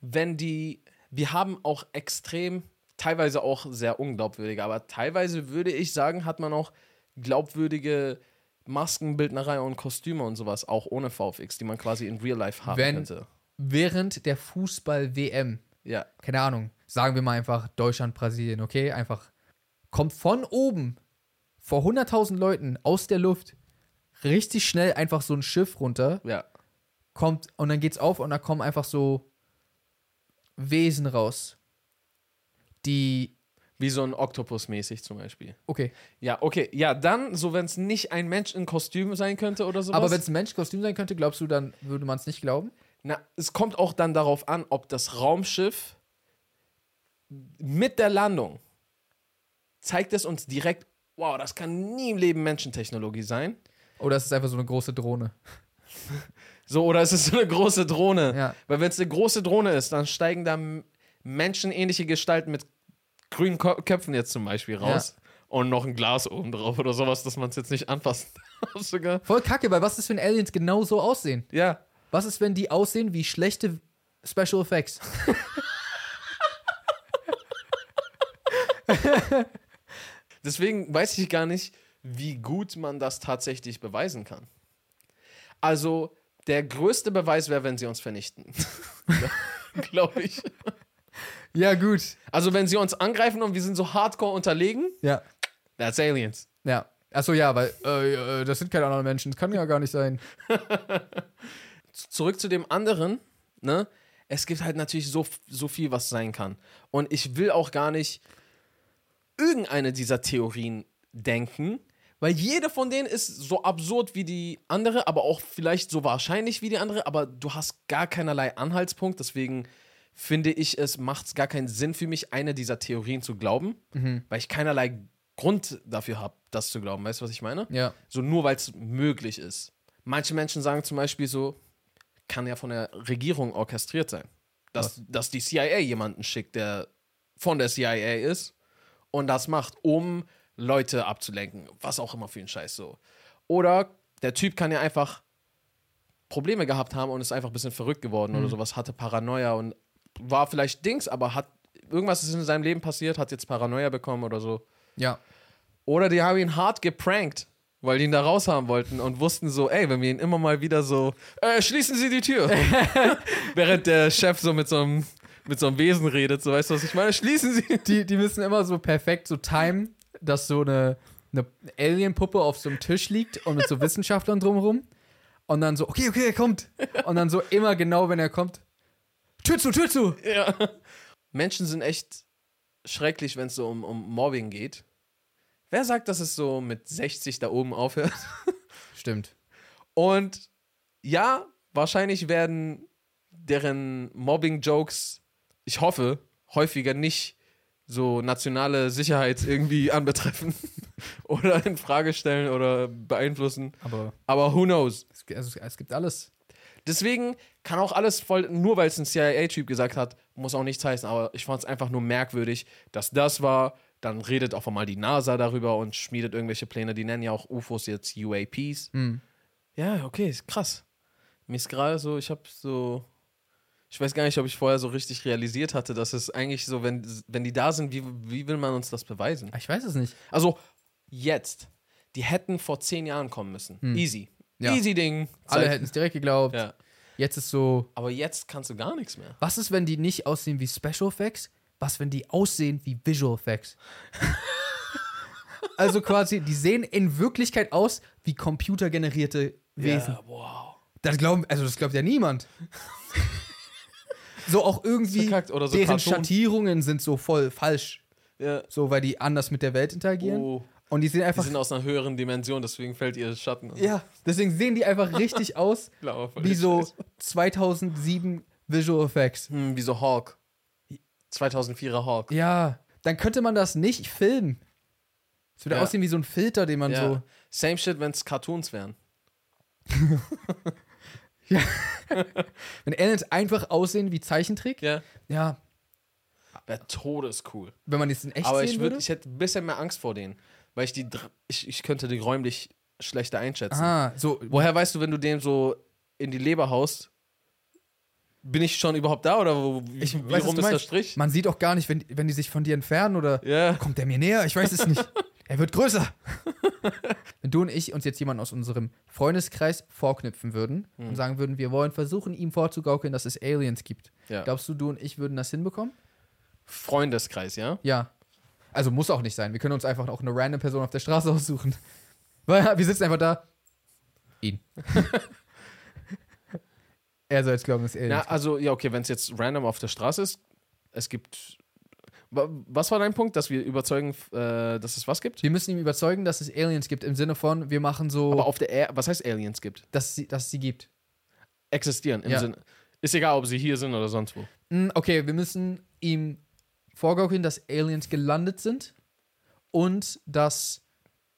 A: wenn die, wir haben auch extrem, teilweise auch sehr unglaubwürdige, aber teilweise würde ich sagen, hat man auch glaubwürdige Maskenbildnerei und Kostüme und sowas, auch ohne VFX, die man quasi in Real Life haben
B: Wenn-
A: könnte.
B: Während der Fußball-WM,
A: Ja,
B: keine Ahnung, sagen wir mal einfach Deutschland, Brasilien, okay? Einfach kommt von oben vor 100.000 Leuten aus der Luft richtig schnell einfach so ein Schiff runter
A: ja.
B: kommt und dann geht's auf und da kommen einfach so Wesen raus, die
A: Wie so ein Oktopus mäßig zum Beispiel.
B: okay,
A: Ja, okay. Ja, dann, so wenn es nicht ein Mensch in Kostüm sein könnte oder sowas.
B: aber wenn es ein Menschenkostüm sein könnte, glaubst du, dann würde man es nicht glauben?
A: Na, es kommt auch dann darauf an, ob das Raumschiff mit der Landung zeigt es uns direkt, wow, das kann nie im Leben Menschentechnologie sein.
B: Oder ist es einfach so eine große Drohne?
A: So, oder es ist so eine große Drohne.
B: Ja.
A: Weil wenn es eine große Drohne ist, dann steigen da m- menschenähnliche Gestalten mit grünen Ko Köpfen jetzt zum Beispiel raus. Und noch ein Glas oben drauf oder sowas, dass man es jetzt nicht anfassen darf sogar.
B: Voll Kacke, weil was ist, wenn Aliens genau so aussehen?
A: Ja.
B: Was ist, wenn die aussehen wie schlechte Special Effects?
A: Deswegen weiß ich gar nicht, wie gut man das tatsächlich beweisen kann. Also, der größte Beweis wäre, wenn sie uns vernichten. Glaube ich.
B: Ja, gut.
A: Also, wenn sie uns angreifen und wir sind so hardcore unterlegen,
B: Ja.
A: that's aliens.
B: Ja. Achso, ja, weil äh, äh, das sind keine anderen Menschen. Das kann ja gar nicht sein.
A: Z- Zurück zu dem anderen, ne? Es gibt halt natürlich so, so viel, was sein kann. Und ich will auch gar nicht irgendeine dieser Theorien denken, weil jede von denen ist so absurd wie die andere, aber auch vielleicht so wahrscheinlich wie die andere, aber du hast gar keinerlei Anhaltspunkt, deswegen finde ich, es macht gar keinen Sinn für mich, eine dieser Theorien zu glauben, weil ich keinerlei Grund dafür habe, das zu glauben. Weißt du, was ich meine?
B: Ja.
A: So nur weil es möglich ist. Manche Menschen sagen zum Beispiel so, kann ja von der Regierung orchestriert sein. Dass, dass die CIA jemanden schickt, der von der CIA ist und das macht, um Leute abzulenken. Was auch immer für einen Scheiß so. Oder der Typ kann ja einfach Probleme gehabt haben und ist einfach ein bisschen verrückt geworden oder sowas, hatte Paranoia und war vielleicht Dings, aber hat irgendwas ist in seinem Leben passiert, hat jetzt Paranoia bekommen oder so.
B: Ja.
A: Oder die haben ihn hart geprankt, weil die ihn da raus haben wollten und wussten so, ey, wenn wir ihn immer mal wieder so, äh, schließen Sie die Tür. Während der Chef so mit so einem, mit so einem Wesen redet, so weißt du, was ich meine? Schließen Sie.
B: Die, die müssen immer so perfekt so timen, dass so eine, eine Alien-Puppe auf so einem Tisch liegt und mit so Wissenschaftlern drumherum. Und dann so, okay, okay, er kommt. Und dann so immer genau, wenn er kommt, Tür zu, Tür zu.
A: Ja. Menschen sind echt schrecklich, wenn es so um, um Mobbing geht. Wer sagt, dass es so mit 60 da oben aufhört?
B: Stimmt.
A: Und ja, wahrscheinlich werden deren Mobbing-Jokes, ich hoffe, häufiger nicht so nationale Sicherheit irgendwie anbetreffen oder in Frage stellen oder beeinflussen.
B: Aber
A: Aber who knows?
B: es, gi- also, es gibt alles.
A: Deswegen kann auch alles voll, nur weil es ein CIA-Typ gesagt hat, muss auch nichts heißen. Aber ich fand es einfach nur merkwürdig, dass das war. Dann redet auch mal die NASA darüber und schmiedet irgendwelche Pläne. Die nennen ja auch UFOs jetzt UAPs.
B: Hm.
A: Ja, okay, ist krass. Mir ist gerade so, ich habe so. Ich weiß gar nicht, ob ich vorher so richtig realisiert hatte, dass es eigentlich so, wenn, wenn die da sind, wie, wie will man uns das beweisen?
B: Ah, Ich weiß es nicht.
A: Also, jetzt. Die hätten vor zehn Jahren kommen müssen. Easy.
B: Hm. Ja.
A: Easy Ding.
B: Alle
A: Zeit-
B: hätten es direkt geglaubt.
A: Ja.
B: Jetzt ist so,
A: Aber jetzt kannst du gar nichts mehr.
B: was ist, wenn die nicht aussehen wie Special Effects? Was, wenn die aussehen wie Visual Effects? also quasi, die sehen in Wirklichkeit aus wie computergenerierte Wesen.
A: Ja, wow.
B: Das glauben, also das glaubt ja niemand. so auch irgendwie,
A: Verkackt oder so
B: deren
A: Cartoon.
B: Schattierungen sind so voll falsch.
A: Ja.
B: So, weil die anders mit der Welt interagieren.
A: Oh.
B: Und die sehen
A: Die
B: einfach,
A: sind aus einer höheren Dimension, deswegen fällt ihr Schatten. an.
B: ja, deswegen sehen die einfach richtig aus
A: Lauer, voll
B: wie
A: der
B: so
A: Scheiß.
B: 2007 Visual Effects.
A: Hm, wie so Hawk. 2004er Hawk.
B: Ja, dann könnte man das nicht filmen. Es würde
A: Ja.
B: aussehen wie so ein Filter, den man
A: Ja.
B: so.
A: Same shit, wenn es Cartoons wären.
B: Wenn Aliens einfach aussehen wie Zeichentrick. Ja,
A: Ja. Wäre todescool.
B: wenn man jetzt in echt
A: Aber
B: sehen
A: ich, würd,
B: würde.
A: ich hätte ein bisschen mehr Angst vor denen. Weil ich die dr- ich, ich könnte die räumlich schlechter einschätzen.
B: ah, so,
A: Woher weißt du, wenn du dem so in die Leber haust, bin ich schon überhaupt da oder wo, wie,
B: ich
A: wie
B: weiß, was
A: rum
B: du
A: ist der
B: meinst.
A: Strich?
B: Man sieht auch gar nicht, wenn, wenn die sich von dir entfernen oder
A: Ja.
B: kommt er mir näher? Ich weiß es nicht. Er wird größer. Wenn du und ich uns jetzt jemanden aus unserem Freundeskreis vorknüpfen würden und
A: Hm.
B: sagen würden, wir wollen versuchen, ihm vorzugaukeln, dass es Aliens gibt.
A: Ja.
B: Glaubst du, du und ich würden das hinbekommen?
A: Freundeskreis, ja?
B: Ja. Also muss auch nicht sein. Wir können uns einfach auch eine random Person auf der Straße aussuchen. Weil wir sitzen einfach da. Ihn. er soll jetzt glauben, dass er.
A: Na, also, ja, okay, wenn es jetzt random auf der Straße ist, es gibt. Wa- Was war dein Punkt, dass wir überzeugen, f- äh, dass es was gibt?
B: wir müssen ihm überzeugen, dass es Aliens gibt, im Sinne von, wir machen so,
A: Aber auf der Erde, was heißt Aliens gibt?
B: dass, sie, dass es sie gibt.
A: Existieren im
B: Ja.
A: Sinne. Ist egal, ob sie hier sind oder sonst wo.
B: Mm, Okay, wir müssen ihm vorgaukeln, dass Aliens gelandet sind und dass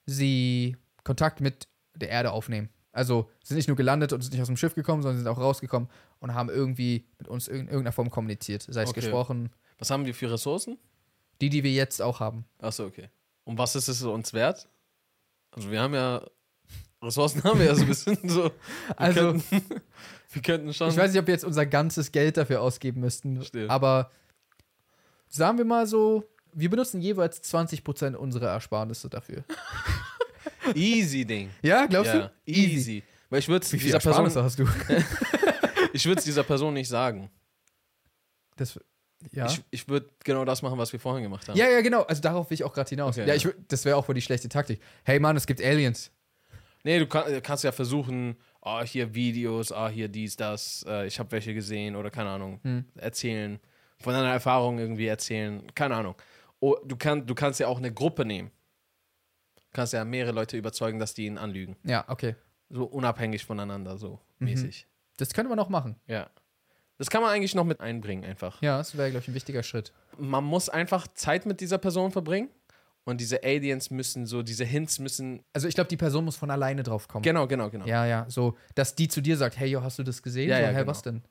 B: sie Kontakt mit der Erde aufnehmen. Also sie sind nicht nur gelandet und sind nicht aus dem Schiff gekommen, sondern sie sind auch rausgekommen und haben irgendwie mit uns in irgendeiner Form kommuniziert, sei es
A: Okay.
B: gesprochen,
A: Was haben wir für Ressourcen?
B: die, die wir jetzt auch haben.
A: Achso, okay. Und was ist es uns wert? Also, wir haben ja. Ressourcen haben wir ja so ein bisschen so. Wir
B: Also-
A: könnten, wir könnten schon.
B: Ich weiß nicht, ob wir jetzt unser ganzes Geld dafür ausgeben müssten,
A: Verstehe.
B: aber sagen wir mal so, wir benutzen jeweils 20% unserer Ersparnisse dafür.
A: easy Ding.
B: Ja, glaubst
A: Ja,
B: du?
A: easy. Weil ich würde es
B: Wie viel
A: dieser, Person-
B: Ersparnisse hast du?
A: ich würd's dieser Person nicht sagen.
B: Das, ja.
A: Ich, ich würde genau das machen, was wir vorhin gemacht haben.
B: Ja, ja, genau. Also darauf will ich auch gerade hinaus.
A: Okay,
B: ja,
A: ja.
B: ich, wür- das wäre auch wohl die schlechte Taktik. Hey Mann, es gibt Aliens.
A: Nee, du kann, kannst ja versuchen, ah, hier Videos, ah, hier dies, das, äh, ich habe welche gesehen oder keine Ahnung, erzählen, von deiner Erfahrung irgendwie erzählen, keine Ahnung. Oh, du, kann, du kannst ja auch eine Gruppe nehmen. Du kannst ja mehrere Leute überzeugen, dass die ihn anlügen.
B: Ja, okay.
A: So unabhängig voneinander, so mäßig.
B: Das könnte man auch machen.
A: Ja. Das kann man eigentlich noch mit einbringen, einfach.
B: Ja, das wäre, glaube ich, ein wichtiger Schritt.
A: Man muss einfach Zeit mit dieser Person verbringen und diese Aliens müssen so, diese Hints müssen.
B: Also ich glaube, die Person muss von alleine drauf kommen.
A: Genau, genau, genau.
B: Ja, ja, so, dass die zu dir sagt, hey, yo, hast du das gesehen?
A: Ja,
B: so,
A: ja,
B: hey,
A: genau.
B: was denn?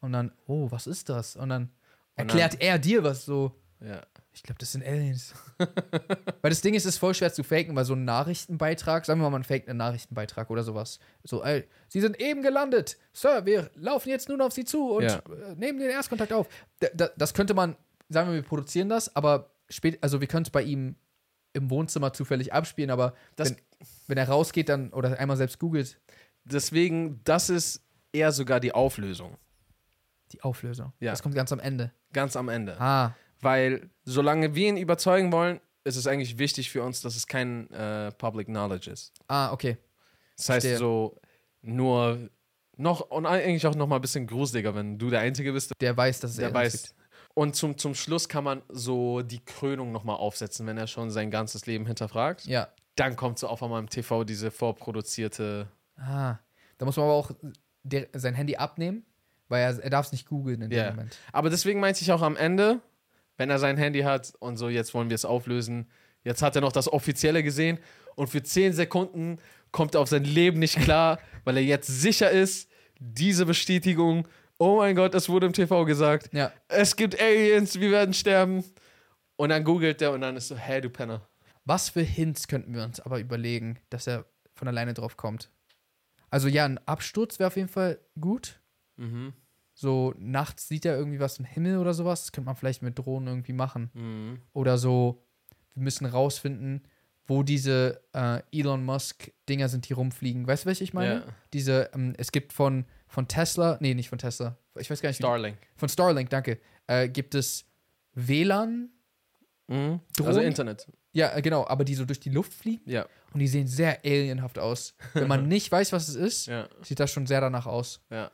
B: Und dann, oh, was ist das? Und dann
A: dann-
B: erklärt er dir was so.
A: Ja.
B: Ich glaube, das sind Aliens. weil das Ding ist, es ist voll schwer zu faken, weil so ein Nachrichtenbeitrag, sagen wir mal, man faked einen Nachrichtenbeitrag oder sowas. So, ey, sie sind eben gelandet. Sir, wir laufen jetzt nun auf sie zu und
A: Ja.
B: äh, nehmen den Erstkontakt auf. D d- das könnte man, sagen wir, wir produzieren das, aber spät, also wir können es bei ihm im Wohnzimmer zufällig abspielen, aber
A: Das-
B: wenn, wenn er rausgeht dann oder einmal selbst googelt,
A: Deswegen, das ist eher sogar die Auflösung.
B: die Auflösung.
A: Ja.
B: Das kommt ganz am Ende.
A: Ganz am Ende.
B: Ah,
A: Weil solange wir ihn überzeugen wollen, ist es eigentlich wichtig für uns, dass es kein äh, Public Knowledge ist.
B: ah, okay.
A: Das heißt
B: Verstehe.
A: so nur noch und eigentlich auch noch mal ein bisschen gruseliger, wenn du der Einzige bist,
B: Der weiß, dass es
A: der
B: Aliens gibt.
A: weiß. Und zum, zum Schluss kann man so die Krönung noch mal aufsetzen, wenn er schon sein ganzes Leben hinterfragt.
B: Ja.
A: Dann kommt so auf einmal im TV diese vorproduzierte.
B: Ah, da muss man aber auch der, sein Handy abnehmen, weil er, er darf es nicht googeln in
A: Ja.
B: dem Moment.
A: Aber deswegen meinte ich auch am Ende, wenn er sein Handy hat und so, jetzt wollen wir es auflösen. Jetzt hat er noch das Offizielle gesehen und für 10 Sekunden kommt er auf sein Leben nicht klar, weil er jetzt sicher ist, diese Bestätigung, oh mein Gott, es wurde im TV gesagt,
B: Ja.
A: es gibt Aliens, wir werden sterben. Und dann googelt er und dann ist so, hey, du Penner.
B: Was für Hints könnten wir uns aber überlegen, dass er von alleine drauf kommt? Also ja, ein Absturz wäre auf jeden Fall gut. So nachts sieht er irgendwie was im Himmel oder sowas. Das könnte man vielleicht mit Drohnen irgendwie machen. Oder so, wir müssen rausfinden, wo diese äh, Elon Musk-Dinger sind, die rumfliegen. Weißt du, welche ich meine?
A: Ja.
B: Diese, ähm, es gibt von, von Tesla, nee, nicht von Tesla. Ich weiß gar nicht, wie die
A: Starling.
B: von Starlink, danke, äh, gibt es WLAN,
A: Also
B: Drohnen?
A: Internet.
B: ja, äh, genau, aber die so durch die Luft fliegen
A: Ja.
B: und die sehen sehr alienhaft aus. Wenn man nicht weiß, was es ist,
A: ja.
B: sieht das schon sehr danach aus.
A: Ja.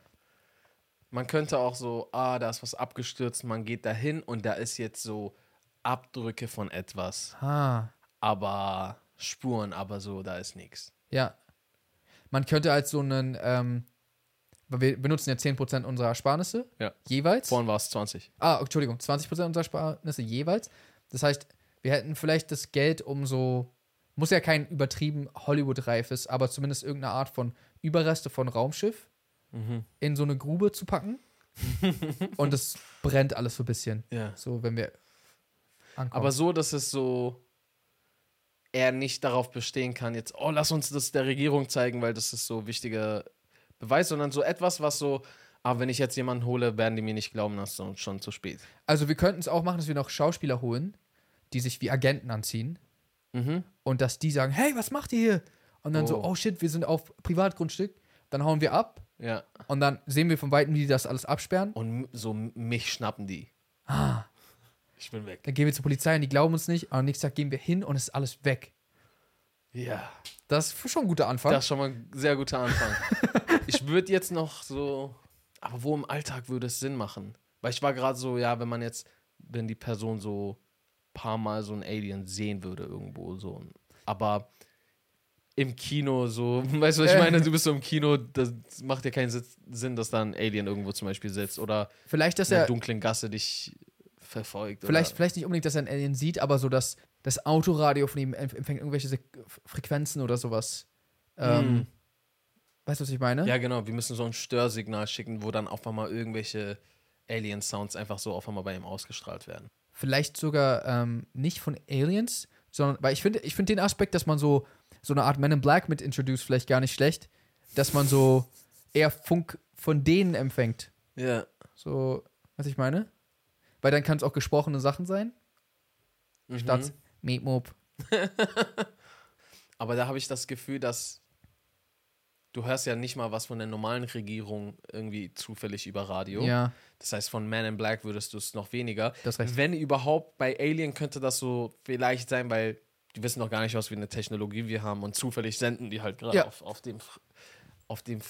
A: Man könnte auch so, ah, da ist was abgestürzt, man geht dahin und da ist jetzt so Abdrücke von etwas,
B: Ah,
A: aber Spuren, aber so, da ist nichts.
B: ja. Man könnte als so einen, ähm, weil wir benutzen ja 10% unserer Ersparnisse
A: Ja.
B: jeweils.
A: Vorhin war es 20.
B: ah, Entschuldigung, 20% unserer Ersparnisse jeweils. Das heißt, wir hätten vielleicht das Geld, um so, muss ja kein übertrieben Hollywood-reifes, aber zumindest irgendeine Art von Überreste von Raumschiff
A: Mhm.
B: in so eine Grube zu packen. und es brennt alles so ein bisschen.
A: Ja.
B: So, wenn wir ankommen.
A: Aber so, dass es so er nicht darauf bestehen kann, jetzt, oh, lass uns das der Regierung zeigen, weil das ist so wichtiger Beweis, sondern so etwas, was so, ah, wenn ich jetzt jemanden hole, werden die mir nicht glauben, das ist so- schon zu spät.
B: also wir könnten es auch machen, dass wir noch Schauspieler holen, die sich wie Agenten anziehen. Und dass die sagen, hey, was macht ihr hier? Und dann so,
A: Mhm. Oh.
B: oh shit, wir sind auf Privatgrundstück. Dann hauen wir ab
A: Ja.
B: und dann sehen wir von Weitem, wie die das alles absperren.
A: Und m- so m- mich schnappen die. Ah. Ich bin weg.
B: Dann gehen wir zur Polizei und die glauben uns nicht. Und am nächsten Tag gehen wir hin und es ist alles weg.
A: Ja.
B: Das ist schon ein guter Anfang.
A: Das ist schon mal ein sehr guter Anfang. ich würde jetzt noch so, aber wo im Alltag würde es Sinn machen? Weil ich war gerade so, ja, wenn man jetzt, wenn die Person so ein paar Mal so ein Alien sehen würde irgendwo so. Aber im Kino so, weißt du, was ich meine? Du bist so im Kino, das macht ja keinen Sitz- Sinn, dass da ein Alien irgendwo zum Beispiel sitzt oder
B: vielleicht, dass
A: in einer
B: er,
A: dunklen Gasse dich verfolgt.
B: vielleicht,
A: oder,
B: vielleicht nicht unbedingt, dass er einen Alien sieht, aber so, dass das Autoradio von ihm empf- empfängt irgendwelche Se Frequenzen oder sowas. Ähm,
A: Mm.
B: Weißt du, was ich meine?
A: Ja, genau. Wir müssen so ein Störsignal schicken, wo dann auf einmal irgendwelche Alien-Sounds einfach so auf einmal bei ihm ausgestrahlt werden.
B: Vielleicht sogar ähm, nicht von Aliens, sondern, weil ich finde ich finde den Aspekt, dass man so, so eine Art Men in Black mit introduced, vielleicht gar nicht schlecht, dass man so eher Funk von denen empfängt.
A: Ja.
B: So, was ich meine? Weil dann kann es auch gesprochene Sachen sein. Statt Meep Moop.
A: Aber da habe ich das Gefühl, dass du hörst ja nicht mal was von der normalen Regierung irgendwie zufällig über Radio.
B: Ja,
A: Das heißt, von Man in Black würdest du es noch weniger.
B: Das recht.
A: Wenn überhaupt, bei Alien könnte das so vielleicht sein, weil die wissen noch gar nicht, was für eine Technologie wir haben und zufällig senden die halt gerade
B: Ja.
A: auf, auf dem auf dem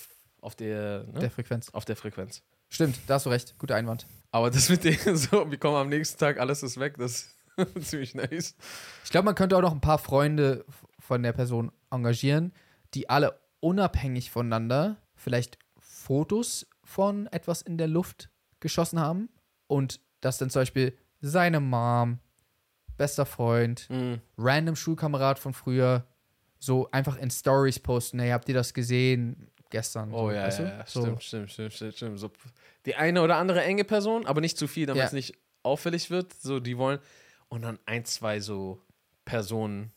A: auf der, ne?
B: der Frequenz.
A: auf der Frequenz.
B: Stimmt, da hast du recht. Guter Einwand.
A: Aber das mit denen so, wir kommen am nächsten Tag, alles ist weg, das ist ziemlich nice.
B: Ich glaube, man könnte auch noch ein paar Freunde f- von der Person engagieren, die alle unabhängig voneinander vielleicht Fotos von etwas in der Luft geschossen haben und dass dann zum Beispiel seine Mom bester Freund,
A: Mhm.
B: random Schulkamerad von früher, so einfach in Stories posten, hey, habt ihr das gesehen gestern?
A: Oh
B: so,
A: ja,
B: weißt
A: ja,
B: du?
A: ja.
B: So.
A: Stimmt, stimmt, stimmt, stimmt, stimmt. So, die eine oder andere enge Person, aber nicht zu viel, damit
B: Ja.
A: es nicht auffällig wird. So, die wollen. Und dann ein, zwei so Personen,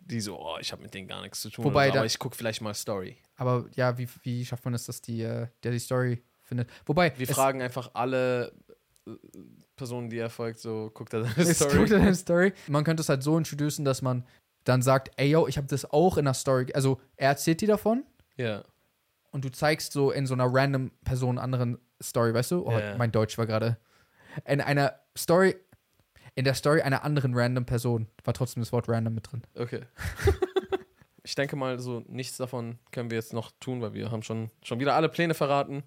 A: die so, oh, ich habe mit denen gar nichts zu tun. oder
B: Wobei
A: so,
B: da-
A: aber ich gucke vielleicht mal Story.
B: Aber ja, wie, wie schafft man es, dass die, äh, der die Story findet? Wobei,
A: Wir
B: es-
A: fragen einfach alle äh, Personen, die er folgt, so, guckt er seine
B: es tut
A: Story.
B: in der Story. Man könnte es halt so introducen, dass man dann sagt, ey yo, ich habe das auch in der Story. Also er erzählt dir davon
A: Ja.
B: und du zeigst so in so einer random Person anderen Story, weißt du? Oh,
A: Ja.
B: Mein Deutsch war gerade. In einer Story, in der Story einer anderen random Person war trotzdem das Wort random mit drin.
A: Okay. ich denke mal, so nichts davon können wir jetzt noch tun, weil wir haben schon, schon wieder alle Pläne verraten.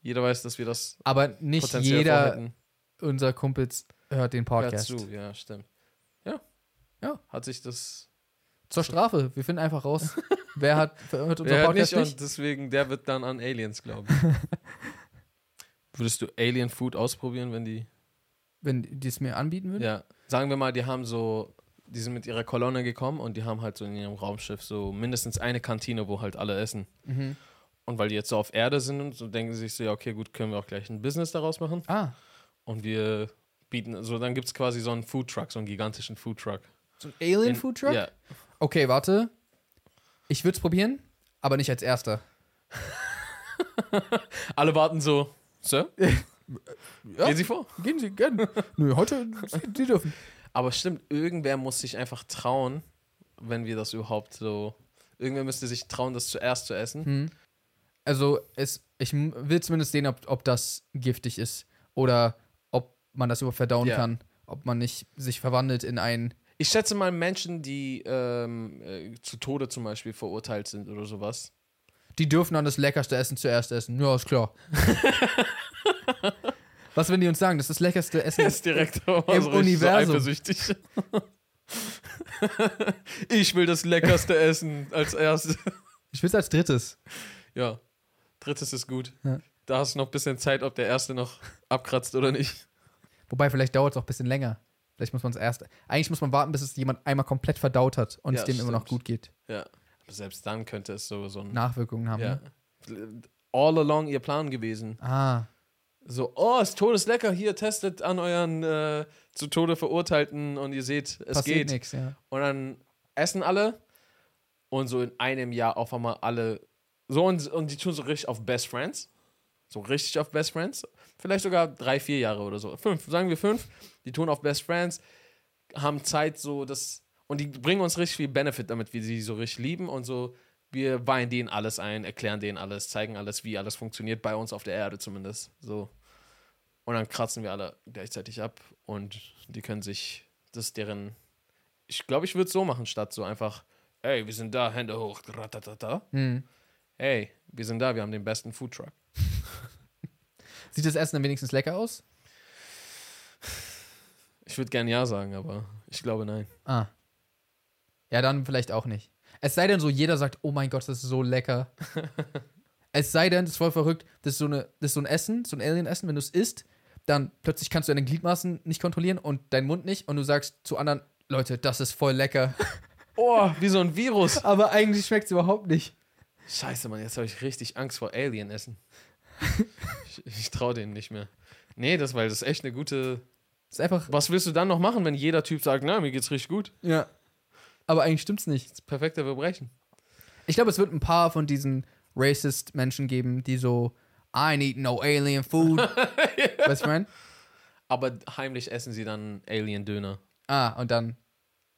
A: Jeder weiß, dass wir das
B: Aber nicht
A: potenziell
B: jeder
A: vorhätten.
B: unserer Kumpels hört den
A: Hört
B: Podcast.
A: zu, ja, stimmt. Ja.
B: Ja.
A: Hat sich das.
B: Zur Strafe. Wir finden einfach raus, wer hat hört
A: Der
B: unseren
A: hört
B: Podcast
A: nicht
B: nicht.
A: und deswegen, der wird dann an Aliens glauben. Würdest du Alien Food ausprobieren, wenn die.
B: Wenn die es mir anbieten würden.
A: Ja. Sagen wir mal, die haben so. Die sind mit ihrer Kolonne gekommen und die haben halt so in ihrem Raumschiff so mindestens eine Kantine, wo halt alle essen.
B: Mhm.
A: Und weil die jetzt so auf Erde sind, und so denken sie sich so, ja, okay, gut, können wir auch gleich ein Business daraus machen.
B: Ah,
A: Und wir bieten, so dann gibt es quasi so einen Food Truck, so einen gigantischen Food Truck.
B: so ein Alien Food Truck?
A: Ja.
B: Okay, warte. Ich würde es probieren, aber nicht als erster.
A: Alle warten so, Sir?
B: Ja.
A: Gehen Sie vor.
B: Gehen Sie gerne. Nö, heute, Sie, Sie dürfen.
A: Aber stimmt, irgendwer muss sich einfach trauen, wenn wir das überhaupt so. Irgendwer müsste sich trauen, das zuerst zu essen.
B: Hm. Also, es, ich m- will zumindest sehen, ob, ob das giftig ist oder ob man das überhaupt verdauen
A: Ja.
B: kann. Ob man nicht sich verwandelt in einen.
A: Ich schätze mal Menschen, die ähm, äh, zu Tode zum Beispiel verurteilt sind oder sowas.
B: Die dürfen dann das leckerste Essen zuerst essen. Ja, ist klar. Was, wenn die uns sagen, das ist das leckerste Essen?
A: Ist direkt Im
B: Universum.
A: So eifersüchtig. ich will das Leckerste essen als erstes.
B: Ich will es als drittes.
A: Ja, drittes ist gut.
B: Ja.
A: Da hast du noch ein bisschen Zeit, ob der erste noch abkratzt oder nicht.
B: Wobei, vielleicht dauert es auch ein bisschen länger. Vielleicht muss man es erst. Eigentlich muss man warten, bis es jemand einmal komplett verdaut hat und
A: Ja,
B: es dem immer noch
A: stimmt.
B: gut geht.
A: Ja. Aber selbst dann könnte es so, so ein.
B: Nachwirkungen haben.
A: ja.
B: ne?
A: All along ihr Plan gewesen.
B: Ah.
A: So, oh, ist todeslecker hier, testet an euren äh, zu Tode Verurteilten und ihr seht, es
B: passiert
A: geht.
B: nichts, ja.
A: Und dann essen alle und so in einem Jahr auf einmal alle. So und, und die tun so richtig auf Best Friends. So richtig auf Best Friends. Vielleicht sogar drei, vier Jahre oder so. Fünf, sagen wir fünf. Die tun auf Best Friends, haben Zeit so, das. Und die bringen uns richtig viel Benefit, damit wir sie so richtig lieben und so. Wir weihen denen alles ein, erklären denen alles, zeigen alles, wie alles funktioniert, bei uns auf der Erde zumindest. So. Und dann kratzen wir alle gleichzeitig ab und die können sich, das ist deren ich glaube, ich würde es so machen, statt so einfach, ey, wir sind da, Hände hoch, ratatata.
B: Hm.
A: Ey, wir sind da, wir haben den besten Foodtruck.
B: Sieht das Essen dann wenigstens lecker aus?
A: Ich würde gern Ja sagen, aber ich glaube nein.
B: Ah. Ja, dann vielleicht auch nicht. Es sei denn so, jeder sagt, oh mein Gott, das ist so lecker. es sei denn, das ist voll verrückt, das ist so, eine, das ist so ein Essen, so ein Alien-Essen, wenn du es isst, dann plötzlich kannst du deine Gliedmaßen nicht kontrollieren und deinen Mund nicht und du sagst zu anderen, Leute, das ist voll lecker.
A: Oh, wie so ein Virus.
B: Aber eigentlich schmeckt es überhaupt nicht.
A: Scheiße, Mann, jetzt habe ich richtig Angst vor Alien-Essen. ich ich traue denen nicht mehr. Nee, das, weil das ist echt eine gute.
B: Ist einfach,
A: Was willst du dann noch machen, wenn jeder Typ sagt, na, mir geht's richtig gut?
B: ja. Aber eigentlich stimmt's nicht.
A: Das ist perfekte Verbrechen.
B: Ich glaube, es wird ein paar von diesen racist Menschen geben, die so, I need no alien food. Weißt du, ich meine?
A: Aber heimlich essen sie dann Alien-Döner.
B: Ah, und dann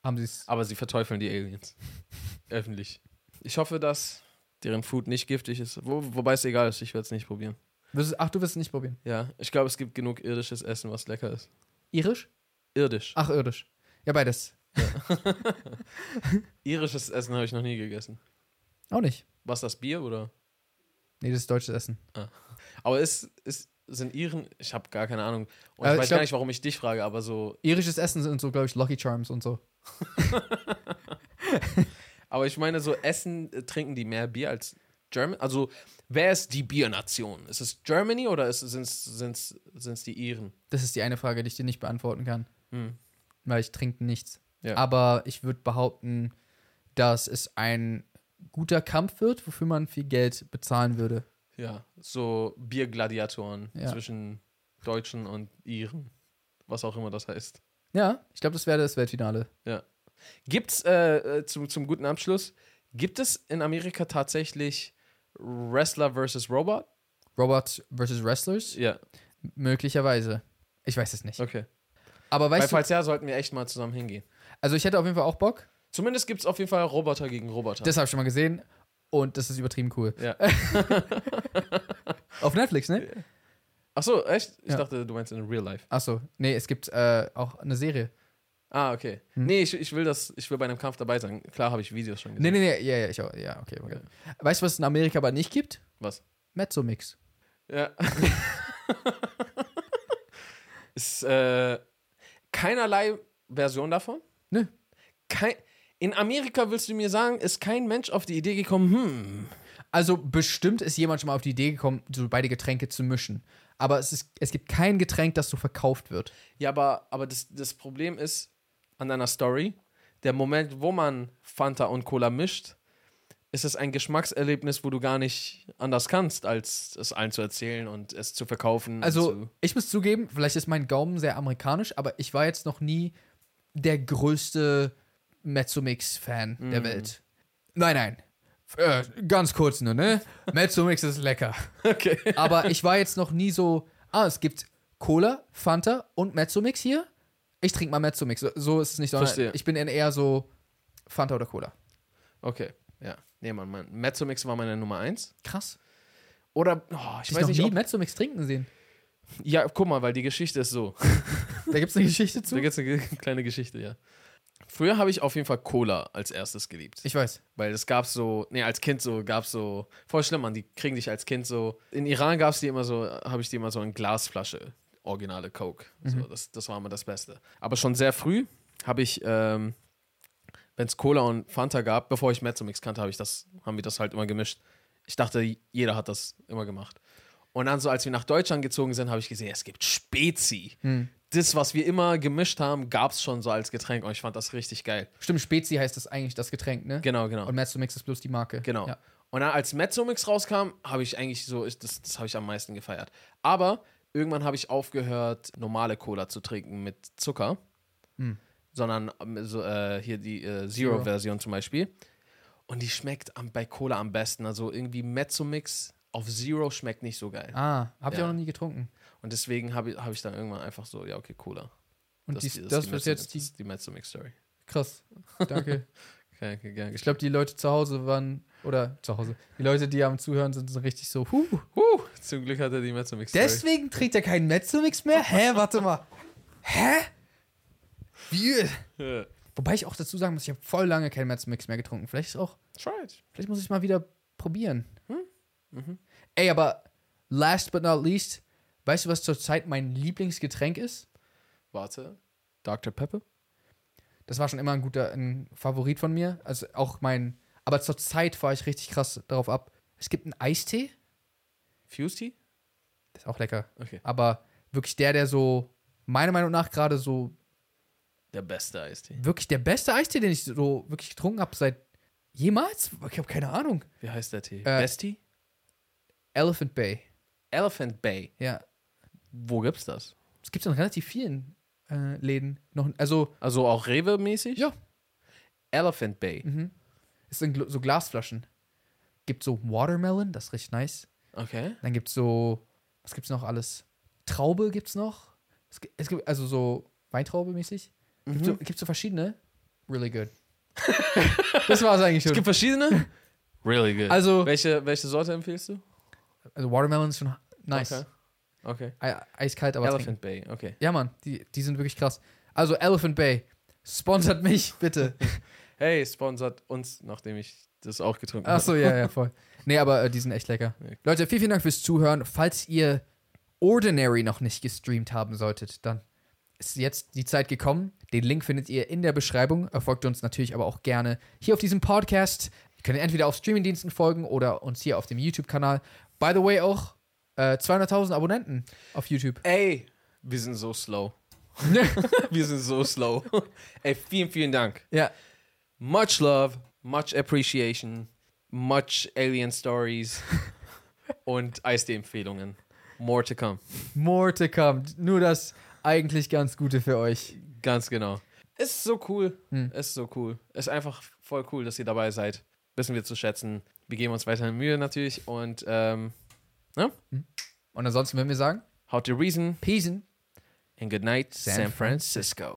B: haben sie es.
A: Aber sie verteufeln die Aliens. Öffentlich. Ich hoffe, dass deren Food nicht giftig ist. Wo, wobei es egal ist, ich werde es nicht probieren.
B: Wirst du- Ach, du wirst es nicht probieren.
A: Ja, ich glaube, es gibt genug irdisches Essen, was lecker ist.
B: Irisch?
A: Irdisch.
B: Ach, irdisch. Ja, beides.
A: Irisches Essen habe ich noch nie gegessen.
B: Auch nicht.
A: Was das Bier oder?
B: Nee, das ist deutsches Essen.
A: Aber ist, ist, sind Iren, ich habe gar keine Ahnung. Und
B: Äh,
A: ich
B: ich
A: weiß
B: glaub-
A: gar nicht, warum ich dich frage, aber so,
B: Irisches Essen sind so, glaube ich, Lucky Charms und so.
A: aber ich meine, so Essen äh, trinken die mehr Bier als German. Also, wer ist die Biernation? Ist es Germany oder sind es sind's, sind's die Iren?
B: Das ist die eine Frage, die ich dir nicht beantworten kann.
A: Hm.
B: weil ich trinke nichts.
A: Ja.
B: Aber ich würde behaupten, dass es ein guter Kampf wird, wofür man viel Geld bezahlen würde.
A: Ja, so Biergladiatoren
B: Ja.
A: zwischen Deutschen und Iren. Was auch immer das heißt.
B: Ja, ich glaube, das wäre das Weltfinale.
A: Gibt's, äh, äh, zum, zum guten Abschluss, gibt es in Amerika tatsächlich Wrestler versus Robot?
B: Robots versus Wrestlers?
A: Ja,
B: Möglicherweise. Ich weiß es nicht.
A: okay.
B: Aber
A: Weil
B: weißt du,
A: falls ja, sollten wir echt mal zusammen hingehen.
B: also ich hätte auf jeden Fall auch Bock.
A: Zumindest gibt es auf jeden Fall Roboter gegen Roboter.
B: Das habe ich schon mal gesehen. Und das ist übertrieben cool.
A: Ja.
B: Auf Netflix, ne?
A: Achso, echt? Ich
B: Ja.
A: dachte, du meinst in real life.
B: Achso, nee, es gibt äh, auch eine Serie.
A: Ah, okay. Nee, ich, ich will das, ich will bei einem Kampf dabei sein. Klar habe ich Videos schon
B: Nee,
A: gesehen.
B: nee, nee, ja, ja, ich auch, ja, okay, okay. Weißt du, was es in Amerika aber nicht gibt?
A: Was?
B: Mezzomix.
A: Ja. ist äh, keinerlei Version davon?
B: Nö.
A: Kein, in Amerika willst du mir sagen, ist kein Mensch auf die Idee gekommen, hm,
B: Also bestimmt ist jemand schon mal auf die Idee gekommen, so beide Getränke zu mischen. Aber es, ist, es gibt kein Getränk, das so verkauft wird.
A: Ja, aber, aber das, das Problem ist an deiner Story, der Moment, wo man Fanta und Cola mischt, ist es ein Geschmackserlebnis, wo du gar nicht anders kannst, als es allen zu erzählen und es zu verkaufen. und
B: Also,
A: zu,
B: ich muss zugeben, vielleicht ist mein Gaumen sehr amerikanisch, aber ich war jetzt noch nie der größte Mezzomix-Fan der Welt. Nein, nein. F- Äh, ganz kurz nur, ne? Mezzomix ist lecker.
A: okay.
B: Aber ich war jetzt noch nie so, ah, es gibt Cola, Fanta und Mezzomix hier. Ich trinke mal Mezzomix. So, so ist es nicht, sondern
A: Verstehe.
B: ich bin eher- eher so Fanta oder Cola.
A: Okay, ja. Nee, Mann, Mann. Mezzomix war meine Nummer eins.
B: Krass.
A: Oder, oh, ich
B: Ich
A: weiß
B: noch
A: nicht,
B: nie
A: ob,
B: Mezzomix trinken sehen.
A: Ja, guck mal, weil die Geschichte ist so.
B: Da gibt es eine Geschichte
A: Da
B: zu.
A: gibt es eine ge- kleine Geschichte, ja. Früher habe ich auf jeden Fall Cola als erstes geliebt.
B: Ich weiß.
A: Weil es gab so, nee, als Kind so, gab so, voll schlimm, Mann, die kriegen dich als Kind so. In Iran gab es die immer so, habe ich die immer so in Glasflasche, originale Coke. So, das, das war immer das Beste. Aber schon sehr früh habe ich, ähm, wenn es Cola und Fanta gab, bevor ich Mezzomix kannte, habe ich das, haben wir das halt immer gemischt. Ich dachte, jeder hat das immer gemacht. Und dann so, als wir nach Deutschland gezogen sind, habe ich gesehen, es gibt Spezi. Das, was wir immer gemischt haben, gab es schon so als Getränk und ich fand das richtig geil.
B: Stimmt, Spezi heißt das eigentlich das Getränk, ne?
A: Genau, genau.
B: Und Mezzomix ist bloß die Marke.
A: Genau.
B: Ja.
A: Und dann, als Mezzomix rauskam, habe ich eigentlich so, ich, das, das habe ich am meisten gefeiert. Aber irgendwann habe ich aufgehört, normale Cola zu trinken mit Zucker, sondern ähm, so, äh, hier die äh,
B: Hm. Zero.
A: Zero-Version zum Beispiel. Und die schmeckt am, bei Cola am besten. Also irgendwie Mezzomix auf Zero schmeckt nicht so geil.
B: Ah, habe ich
A: Ja.
B: auch noch nie getrunken.
A: Und deswegen habe ich, habe ich dann irgendwann einfach so, ja, okay, Cola.
B: Und
A: Das,
B: dies,
A: die-
B: das
A: die
B: ist jetzt die.
A: Mezzomix- die Mezzomix-Story.
B: Krass. Danke.
A: Okay, okay, gerne.
B: ich glaube, die Leute zu Hause waren. Oder zu Hause. Die Leute, die am Zuhören sind, sind richtig so. Huh,
A: Huh, zum Glück hat er die Mezzomix-Story.
B: deswegen trinkt er keinen Mezzomix mehr? Hä, warte mal. Hä? Wie?
A: Ja.
B: Wobei ich auch dazu sagen muss, ich habe voll lange keinen Mezzomix mehr getrunken. Vielleicht ist auch
A: Try it.
B: Vielleicht muss ich mal wieder probieren. Hm? Mhm. Ey, aber last but not least, weißt du, was zurzeit mein Lieblingsgetränk ist?
A: Warte. Dr. Pepper?
B: Das war schon immer ein guter ein Favorit von mir. Also auch mein. Aber zurzeit fahre ich richtig krass darauf ab. Es gibt einen Eistee.
A: Fuse Tea?
B: Das ist auch lecker.
A: Okay.
B: Aber wirklich der, der so, meiner Meinung nach, gerade so
A: Der beste Eistee.
B: wirklich der beste Eistee, den ich so wirklich getrunken habe seit jemals? Ich habe keine Ahnung.
A: Wie heißt der Tee?
B: Äh,
A: Bestie?
B: Elephant Bay.
A: Elephant Bay.
B: Ja.
A: Wo gibt's das?
B: Es gibt in relativ vielen äh, Läden noch. Also
A: Also auch Rewe-mäßig?
B: Ja. Mhm.
A: Elephant Bay.
B: Es sind gl- so Glasflaschen. Gibt so Watermelon, das ist richtig nice.
A: Okay.
B: Dann gibt's so, was gibt's noch alles? Traube gibt's noch. Es gibt, es gibt also so Weintraube mäßig. Gibt,
A: Mhm.
B: so, gibt so verschiedene. Really good. das war's eigentlich
A: Es
B: schon.
A: gibt verschiedene? really good.
B: Also,
A: welche, welche Sorte empfiehlst du?
B: also Watermelon ist schon nice.
A: Okay. Okay.
B: E eiskalt, aber trinken.
A: Elephant Bay, okay.
B: Ja, Mann, die, die sind wirklich krass. Also Elephant Bay, sponsert mich bitte.
A: Hey, sponsert uns, nachdem ich das auch getrunken habe.
B: Achso, ja, ja, voll. Nee, aber äh, die sind echt lecker.
A: Ja.
B: Leute, vielen, vielen Dank fürs Zuhören. Falls ihr Ordinary noch nicht gestreamt haben solltet, dann ist jetzt die Zeit gekommen. Den Link findet ihr in der Beschreibung. Erfolgt uns natürlich aber auch gerne hier auf diesem Podcast. Ihr könnt entweder auf Streamingdiensten folgen oder uns hier auf dem YouTube-Kanal. By the way, auch äh, 200.000 Abonnenten auf YouTube.
A: Ey, wir sind so slow. Wir sind so slow. Ey, vielen, vielen Dank.
B: ja.
A: Much love, much appreciation, much Alien Stories und Eisdee-Empfehlungen. More to come.
B: More to come. Nur das eigentlich ganz Gute für euch.
A: Ganz genau. Ist so cool.
B: Hm.
A: Ist so cool. Ist einfach voll cool, dass ihr dabei seid. Wissen wir zu schätzen. Wir geben uns weiterhin Mühe natürlich und ähm,
B: Und ansonsten würden wir sagen,
A: how to reason
B: Peace.
A: and good night,
B: San
A: San Francisco.